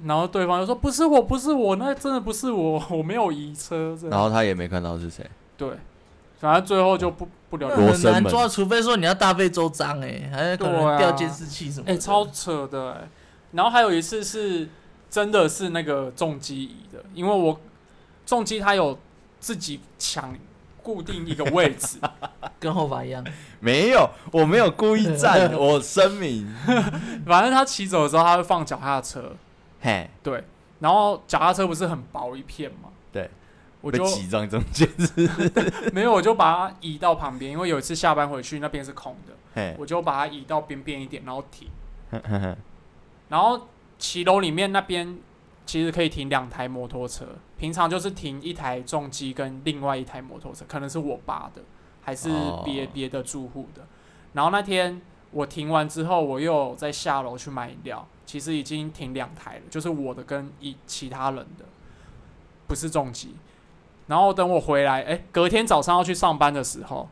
[SPEAKER 2] 然后对方就说：“不是我，不是我，那真的不是我， 我没有移车。”这
[SPEAKER 3] 然后他也没看到是谁，
[SPEAKER 2] 对，反正最后就不不了
[SPEAKER 1] 那
[SPEAKER 3] 罗
[SPEAKER 2] 了之。
[SPEAKER 1] 很
[SPEAKER 3] 生
[SPEAKER 1] 难
[SPEAKER 3] 门
[SPEAKER 1] 抓，除非说你要大费周章哎、还可
[SPEAKER 2] 对
[SPEAKER 1] 能
[SPEAKER 2] 啊
[SPEAKER 1] 调监视器什么的。
[SPEAKER 2] 哎、超扯的、欸。然后还有一次是真的是那个重机移的，因为我重机它有自己抢固定一个位置，
[SPEAKER 1] 跟后法一样，
[SPEAKER 3] 没有，我没有故意 站，我声明，
[SPEAKER 2] 反正他骑走的时候他会放脚踏车，
[SPEAKER 3] 嘿，
[SPEAKER 2] 对，然后脚踏车不是很薄一片嘛，
[SPEAKER 3] 对，
[SPEAKER 2] 我
[SPEAKER 3] 被
[SPEAKER 2] 就
[SPEAKER 3] 挤上中间是，
[SPEAKER 2] 没有我就把它移到旁边，因为有一次下班回去那边是空的，
[SPEAKER 3] 嘿，
[SPEAKER 2] 我就把它移到边边一点，然后停，
[SPEAKER 3] 哼哼哼
[SPEAKER 2] 然后骑楼里面那边其实可以停两台摩托车，平常就是停一台重机跟另外一台摩托车，可能是我爸的，还是
[SPEAKER 3] 哦
[SPEAKER 2] 别别的住户的。然后那天我停完之后，我又再下楼去买饮料，其实已经停两台了，就是我的跟一其他人的，不是重机。然后等我回来，哎，隔天早上要去上班的时候，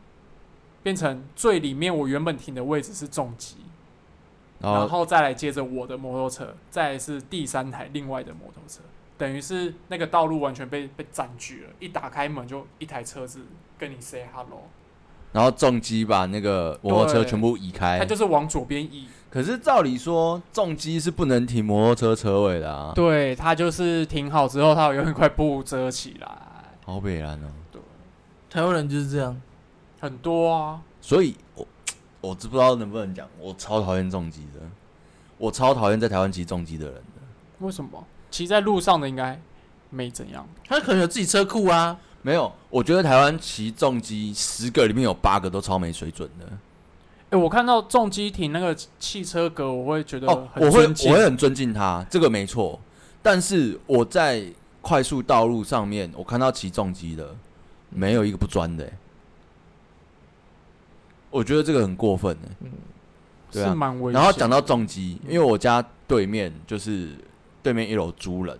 [SPEAKER 2] 变成最里面我原本停的位置是重机，
[SPEAKER 3] 然
[SPEAKER 2] 然
[SPEAKER 3] 后
[SPEAKER 2] 后再来接着我的摩托车，再来是第三台另外的摩托车，等于是那个道路完全被被占据了。一打开门就一台车子跟你 say hello，
[SPEAKER 3] 然后重击把那个摩托车
[SPEAKER 2] 对
[SPEAKER 3] 全部移开
[SPEAKER 2] 它，就是往左边移。
[SPEAKER 3] 可是照理说重击是不能停摩托车车尾的啊，
[SPEAKER 2] 对，它就是停好之后，它有一块布遮起来。
[SPEAKER 3] 好北然哦，
[SPEAKER 2] 对，
[SPEAKER 1] 台湾人就是这样。
[SPEAKER 2] 很多啊，
[SPEAKER 3] 所以我我知不知道能不能讲，我超讨厌重击的，我超讨厌在台湾骑重击的人的，
[SPEAKER 2] 为什么？骑在路上的应该没怎样。
[SPEAKER 1] 他可能有自己车库啊，
[SPEAKER 3] 没有，我觉得台湾骑重机十个里面有八个都超没水准的。
[SPEAKER 2] 哎、我看到重机停那个汽车格，我会觉得
[SPEAKER 3] 哦，
[SPEAKER 2] 啊很
[SPEAKER 3] 我会
[SPEAKER 2] 尊敬
[SPEAKER 3] 我会很尊敬他，这个没错。但是我在快速道路上面，我看到骑重机的，没有一个不钻的欸、我觉得这个很过分的、对啊
[SPEAKER 2] 是蛮危险的。
[SPEAKER 3] 然后讲到重机，因为我家对面就是对面一楼租人，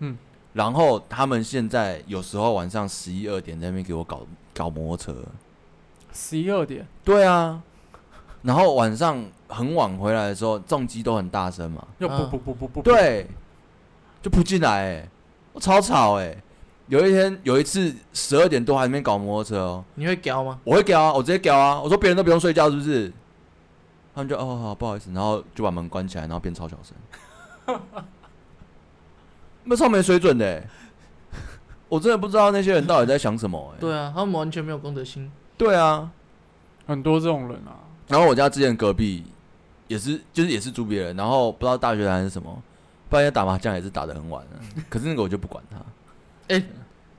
[SPEAKER 2] 嗯，
[SPEAKER 3] 然后他们现在有时候晚上十一二点在那边给我搞搞摩托车，
[SPEAKER 2] 十一二点，
[SPEAKER 3] 对啊，然后晚上很晚回来的时候，重机都很大声嘛，
[SPEAKER 2] 又
[SPEAKER 1] 啊
[SPEAKER 2] 不不不不不，
[SPEAKER 3] 对，就扑进来、欸，我超吵哎、有一天有一次十二点多还在那边搞摩托车哦，
[SPEAKER 1] 你会屌吗？
[SPEAKER 3] 我会屌啊，我直接屌啊，我说别人都不用睡觉是不是？他们就哦好不好意思，然后就把门关起来，然后变超小声， 那超没水准的、欸，我真的不知道那些人到底在想什么哎、
[SPEAKER 1] 对啊，他们完全没有公德心。
[SPEAKER 3] 对啊，
[SPEAKER 2] 很多这种人啊。
[SPEAKER 3] 然后我家之前隔壁也是，就是也是租别人，然后不知道大学还是什么，半夜打麻将也是打得很晚、 啊，可是那个我就不管他。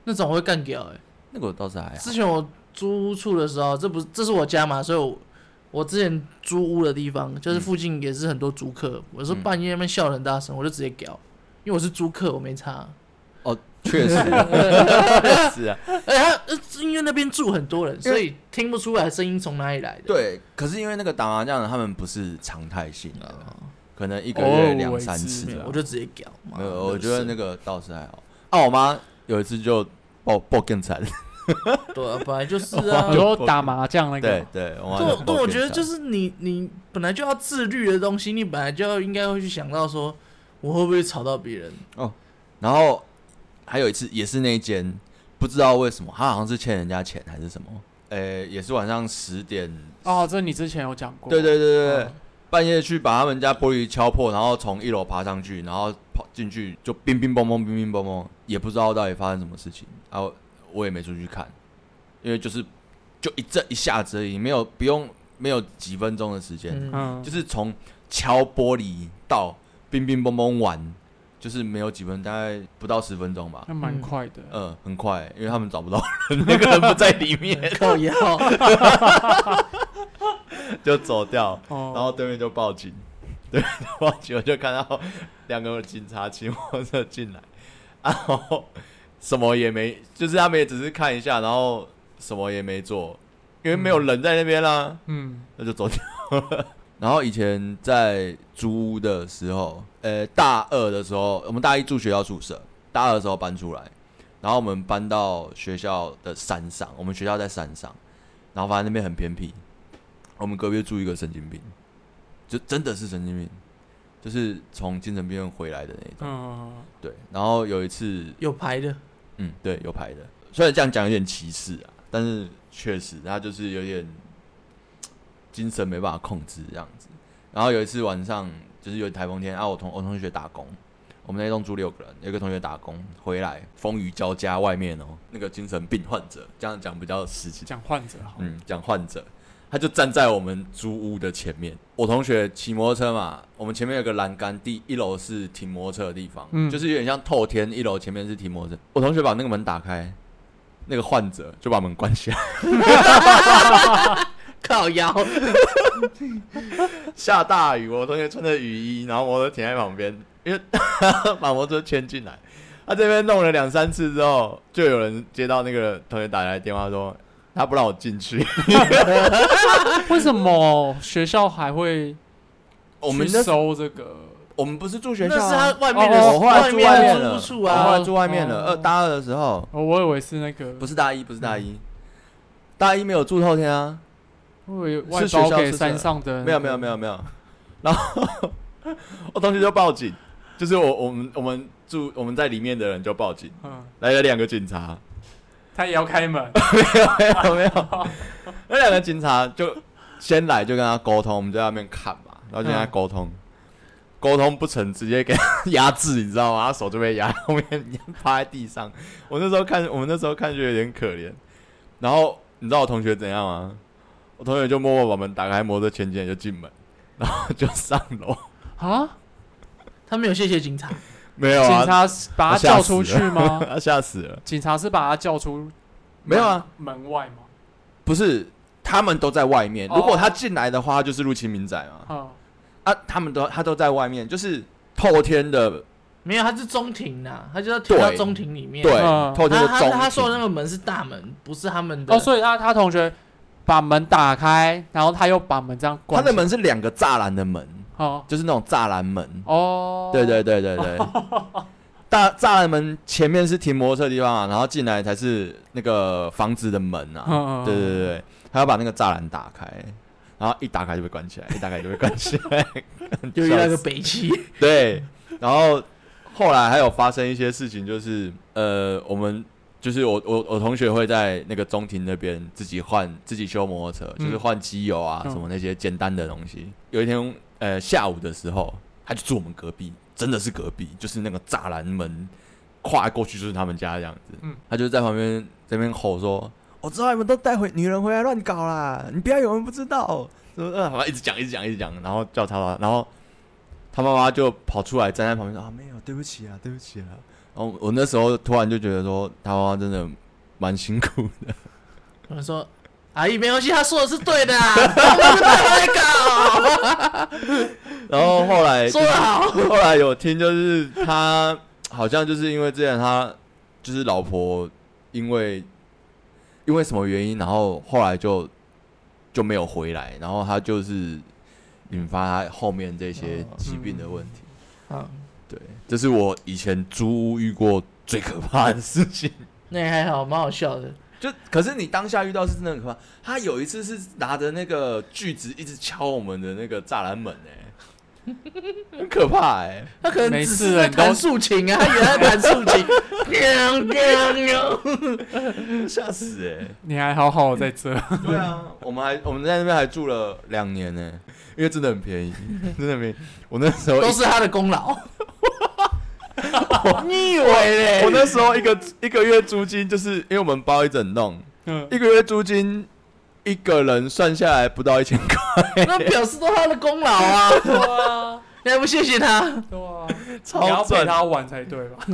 [SPEAKER 1] 那种我会干屌哎、
[SPEAKER 3] 那个我倒是还好
[SPEAKER 1] 之。前我租屋处的时候，这不是这是我家嘛，所以我我之前租屋的地方就是附近也是很多租客，我是
[SPEAKER 3] 嗯
[SPEAKER 1] 半夜那边笑得很大声，我就直接屌，因为我是租客，我没 差。
[SPEAKER 3] 哦，确实， 确实啊，
[SPEAKER 1] 哎、他呃因为那边住很多人，所以听不出来声音从哪里来的。
[SPEAKER 3] 对。可是因为那个打麻将的他们不是常态性啊的，可能一个
[SPEAKER 2] 偶
[SPEAKER 3] 月
[SPEAKER 2] 尔
[SPEAKER 3] 两
[SPEAKER 2] 为
[SPEAKER 3] 三
[SPEAKER 2] 之
[SPEAKER 3] 次
[SPEAKER 1] 没有，
[SPEAKER 3] 啊
[SPEAKER 1] 哦我。就直接屌。妈
[SPEAKER 3] 没有，我觉得那
[SPEAKER 1] 个
[SPEAKER 3] 个倒是还好。啊，我妈有一次就爆爆更惨，
[SPEAKER 1] 对、啊，本来就是啊
[SPEAKER 2] 很。多打麻将那个
[SPEAKER 3] 对，对，我妈
[SPEAKER 1] 对，
[SPEAKER 3] 就
[SPEAKER 1] 对，
[SPEAKER 3] 爆
[SPEAKER 1] 我
[SPEAKER 3] 更
[SPEAKER 1] 觉得就
[SPEAKER 3] 惨
[SPEAKER 1] 是你你本来就要自律的东西，你本来就要应该会去想到说，我会不会吵到别人？
[SPEAKER 3] 然后还有一次也是那一间，不知道为什么，他好像是欠人家钱还是什么，呃，也是晚上十点，
[SPEAKER 2] 哦，这你之前有讲过。
[SPEAKER 3] 对对对对对
[SPEAKER 2] 嗯
[SPEAKER 3] 半夜去把他们家玻璃敲破，然后从一楼爬上去，然后跑进去就冰冰嘣嘣冰冰嘣嘣，也不知道到底发生什么事情啊，我我也没出去看，因为就是就一阵一下子而已，没有不用没有几分钟的时间，
[SPEAKER 1] 嗯，
[SPEAKER 2] 嗯，
[SPEAKER 3] 就是从敲玻璃到冰冰嘣嘣完，就是没有几分，大概不到十分钟吧。
[SPEAKER 2] 那蛮快的。
[SPEAKER 3] 嗯，很快、因为他们找不到人，那个人不在 里面，
[SPEAKER 1] 靠腰，
[SPEAKER 3] 就走掉。
[SPEAKER 2] 哦，
[SPEAKER 3] 然后对面就报警， 对面就报警，我就看到两个警察骑摩托车进来，然后什么也没，就是他们也只是看一下，然后什么也没做，因为没有人在那边啦、啊
[SPEAKER 2] 嗯，
[SPEAKER 3] 那就走掉了。 然后以前在租屋的时候，呃，大二的时候，我们大一住学校宿舍，大二的时候搬出来，然后我们搬到学校的山上，我们学校在山上，然后反正那边很偏僻，我们隔壁住一个神经病，就真的是神经病，就是从精神病院回来的那种。
[SPEAKER 2] 嗯，
[SPEAKER 3] 对，然后有一次
[SPEAKER 1] 有牌的，
[SPEAKER 3] 嗯，对，有牌的。虽然这样讲有点歧视啊，但是确实他就是有点精神没办法控制这样子。然后有一次晚上就是有台风天啊，我同我同学打工，我们那栋住六个人，有一个同学打工回来，风雨交加，外面哦，那个精神病患者这样讲比较实际，
[SPEAKER 2] 讲患者好了，
[SPEAKER 3] 嗯，讲患者，他就站在我们租屋的前面。我同学骑摩托车嘛，我们前面有个栏杆，第一楼是停摩托车的地方，
[SPEAKER 2] 嗯
[SPEAKER 3] 就是有点像透天，一楼前面是停摩托车。我同学把那个门打开，那个患者就把门关起来，
[SPEAKER 1] 靠腰，
[SPEAKER 3] 下大雨，我同学穿着雨衣，然后摩托车停在旁边，因为 把摩托车牵进来。他这边弄了两三次之后，就有人接到那个同学打来的电话说，他不让我进去。
[SPEAKER 2] 为什么学校还会
[SPEAKER 3] 我
[SPEAKER 2] 去
[SPEAKER 3] 们那时候
[SPEAKER 2] 收这个？
[SPEAKER 3] 我们不是住学
[SPEAKER 1] 那
[SPEAKER 3] 校、啊，
[SPEAKER 1] 是他外面的，
[SPEAKER 2] 哦
[SPEAKER 3] 我后来
[SPEAKER 1] 外
[SPEAKER 3] 住外面
[SPEAKER 1] 面
[SPEAKER 3] 了，
[SPEAKER 1] 的住处
[SPEAKER 3] 我后
[SPEAKER 1] 啊
[SPEAKER 3] 来，住外面了。
[SPEAKER 2] 哦
[SPEAKER 3] 二大二的时候，
[SPEAKER 2] 哦，我以为是那个，
[SPEAKER 3] 不是大一，不是大一，大一没有住透天啊，
[SPEAKER 2] 我以为外
[SPEAKER 3] 是学
[SPEAKER 2] 包
[SPEAKER 3] 校
[SPEAKER 2] 给
[SPEAKER 3] 宿舍
[SPEAKER 2] 山上的那个，
[SPEAKER 3] 没有没有没有没有。然后 我同学就报警，就是我我们我们住我们在里面的人就报警，
[SPEAKER 2] 嗯，
[SPEAKER 3] 来了两个警察，
[SPEAKER 2] 他也要开 门，
[SPEAKER 3] 没有没有，那两个警察就先来就跟他沟通，我们就在那边看嘛，然后就跟他沟通，沟、通不成，直接给他压制，你知道吗？他手就被压后面，趴在地上。我那时候看，我们那时候看就有点可怜。然后你知道我同学怎样吗？我同学就默默把门打开，摩托车前进来就进门，然后就上 楼。
[SPEAKER 2] 啊，
[SPEAKER 1] 他没有谢谢警察，
[SPEAKER 3] 没有
[SPEAKER 2] 警
[SPEAKER 3] 啊，
[SPEAKER 2] 察是把他叫出去吗？
[SPEAKER 3] 他 吓死了。
[SPEAKER 2] 警察是把他叫出
[SPEAKER 3] 没有啊，
[SPEAKER 2] 门门外吗？
[SPEAKER 3] 不是，他们都在外面。如果
[SPEAKER 2] 哦
[SPEAKER 3] 他进来的话，他就是入侵民宅嘛。
[SPEAKER 2] 嗯，
[SPEAKER 3] 啊，他们都他都在外面，就是透天的，
[SPEAKER 1] 没有，他是中庭呐，他就要跳到
[SPEAKER 3] 对
[SPEAKER 1] 中庭里面。
[SPEAKER 3] 对，
[SPEAKER 2] 嗯
[SPEAKER 3] 透天
[SPEAKER 1] 他
[SPEAKER 3] 的
[SPEAKER 1] 他
[SPEAKER 3] 中庭。
[SPEAKER 1] 他说的那个门是大门，不是他们的。
[SPEAKER 2] 哦，所以他他同学把门打开，然后他又把门这样关
[SPEAKER 3] 他
[SPEAKER 2] 起
[SPEAKER 3] 的
[SPEAKER 2] 来，
[SPEAKER 3] 门是两个栅栏的门，
[SPEAKER 2] 哦
[SPEAKER 3] 就是那种栅栏门。
[SPEAKER 2] 哦，
[SPEAKER 3] 对对对 对对，大栅栏门前面是停摩托车的地方啊，然后进来才是那个房子的门啊。
[SPEAKER 2] 嗯，嗯，
[SPEAKER 3] 对对对对，他要把那个栅栏打开。然后一打开就被关起来，一打开就被关起来，
[SPEAKER 1] 就遇到一个
[SPEAKER 3] 笑死
[SPEAKER 1] 北齐，
[SPEAKER 3] 对，然后后来还有发生一些事情，就是呃，我们就是我我我同学会在那个中庭那边自己换自己修摩托车，就是
[SPEAKER 2] 嗯
[SPEAKER 3] 换机油啊、
[SPEAKER 2] 嗯
[SPEAKER 3] 什么那些简单的东西。有一天呃下午的时候，他就住我们隔壁，真的是隔壁，就是那个栅栏门跨过去就是他们家这样子。
[SPEAKER 2] 嗯
[SPEAKER 3] 他就在旁边这边吼说。我知道你们都带回女人回来乱搞啦！你不要以为我们不知道，什么呃，好像一直讲一直讲一直讲，然后叫他吧，然后他妈妈就跑出来站在旁边说啊，没有，对不起啊，对不起啊。然后我那时候突然就觉得说，他妈妈真的蛮辛苦的。
[SPEAKER 1] 有人说阿姨没关系，他说的是对的啊，我们是在搞，
[SPEAKER 3] 然后后来
[SPEAKER 1] 说得好，
[SPEAKER 3] 后来有听，就是他好像就是因为之前他就是老婆因为因为什么原因，然后后来就就没有回来，然后他就是引发他后面这些
[SPEAKER 1] 哦
[SPEAKER 3] 疾病的问题。
[SPEAKER 1] 嗯，
[SPEAKER 3] 对，这是我以前租屋遇过最可怕的事情。
[SPEAKER 1] 那也还好，蛮好笑的。
[SPEAKER 3] 就可是你当下遇到是真的很可怕。他有一次是拿着那个锯子一直敲我们的那个栅栏门、哎，很可怕哎、
[SPEAKER 1] 他可能
[SPEAKER 2] 没
[SPEAKER 1] 只
[SPEAKER 2] 事
[SPEAKER 1] 是
[SPEAKER 2] 了
[SPEAKER 1] 在
[SPEAKER 2] 你都
[SPEAKER 1] 弹竖琴啊，他也在弹竖 琴，喵喵喵
[SPEAKER 3] 吓死哎、
[SPEAKER 2] 你还好好在 这，
[SPEAKER 3] 对啊，我们还我们在那边还住了两年呢、因为真的很便宜，真的很便宜。我那时候
[SPEAKER 1] 都是他的功劳。
[SPEAKER 3] 你以为嘞？ 我那时候一个一个月租金就是因为我们包一整栋，
[SPEAKER 2] 嗯，
[SPEAKER 3] 一个月租金一个人算下来不到一千块。
[SPEAKER 1] 那表示都他的功劳啊！
[SPEAKER 2] 对啊，
[SPEAKER 1] 你还不谢谢他？
[SPEAKER 2] 对啊，
[SPEAKER 3] 超
[SPEAKER 2] 你要陪
[SPEAKER 3] 赚
[SPEAKER 2] 他玩才对吧？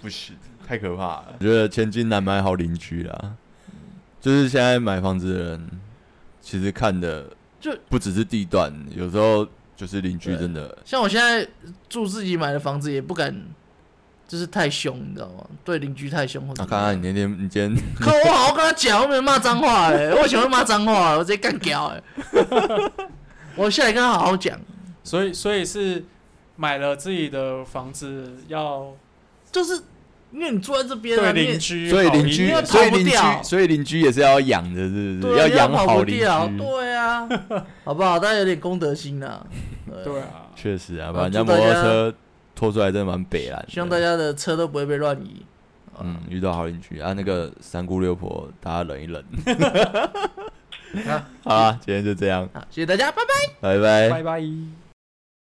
[SPEAKER 3] 不行，太可怕了。我觉得千金难买好邻居啦，就是现在买房子的人，其实看的
[SPEAKER 1] 就
[SPEAKER 3] 不只是地段，有时候就是邻居真的
[SPEAKER 1] 像我现在住自己买的房子，也不敢，就是太凶，你知道吗？对邻居太凶，或者
[SPEAKER 3] 啊，看看你那天你今天
[SPEAKER 1] 可我好好跟他讲，我没有骂脏话哎、我以前会骂脏话，我直接干掉哎、 我下来跟他好好讲，
[SPEAKER 2] 所以所以是买了自己的房子要
[SPEAKER 1] 就是因为你住在这边、啊，
[SPEAKER 2] 对
[SPEAKER 1] 你也
[SPEAKER 2] 邻居好
[SPEAKER 3] 所
[SPEAKER 2] 一
[SPEAKER 3] 以
[SPEAKER 2] 点，
[SPEAKER 3] 邻居
[SPEAKER 1] 因为，
[SPEAKER 3] 所以
[SPEAKER 1] 跑不
[SPEAKER 3] 邻
[SPEAKER 1] 掉
[SPEAKER 3] 居，所以邻居也是要养的，是不是？
[SPEAKER 1] 对啊，
[SPEAKER 3] 养
[SPEAKER 1] 跑不
[SPEAKER 3] 好邻居。
[SPEAKER 1] 掉，对啊，好不好？大家有点公德心 啊，
[SPEAKER 2] 对啊，
[SPEAKER 3] 确实啊，
[SPEAKER 1] 啊
[SPEAKER 3] 把人家
[SPEAKER 1] 祝
[SPEAKER 3] 摩
[SPEAKER 1] 大家
[SPEAKER 3] 托车拖出来真的蛮北蓝。
[SPEAKER 1] 希望大，家的车都不会被乱移。
[SPEAKER 3] 嗯，遇到好邻居啊，那个三姑六婆，大家忍一忍。
[SPEAKER 1] 啊，
[SPEAKER 3] 好啦，今天就这样，
[SPEAKER 1] 好，谢谢大家，拜拜。
[SPEAKER 3] 拜拜
[SPEAKER 2] 拜拜。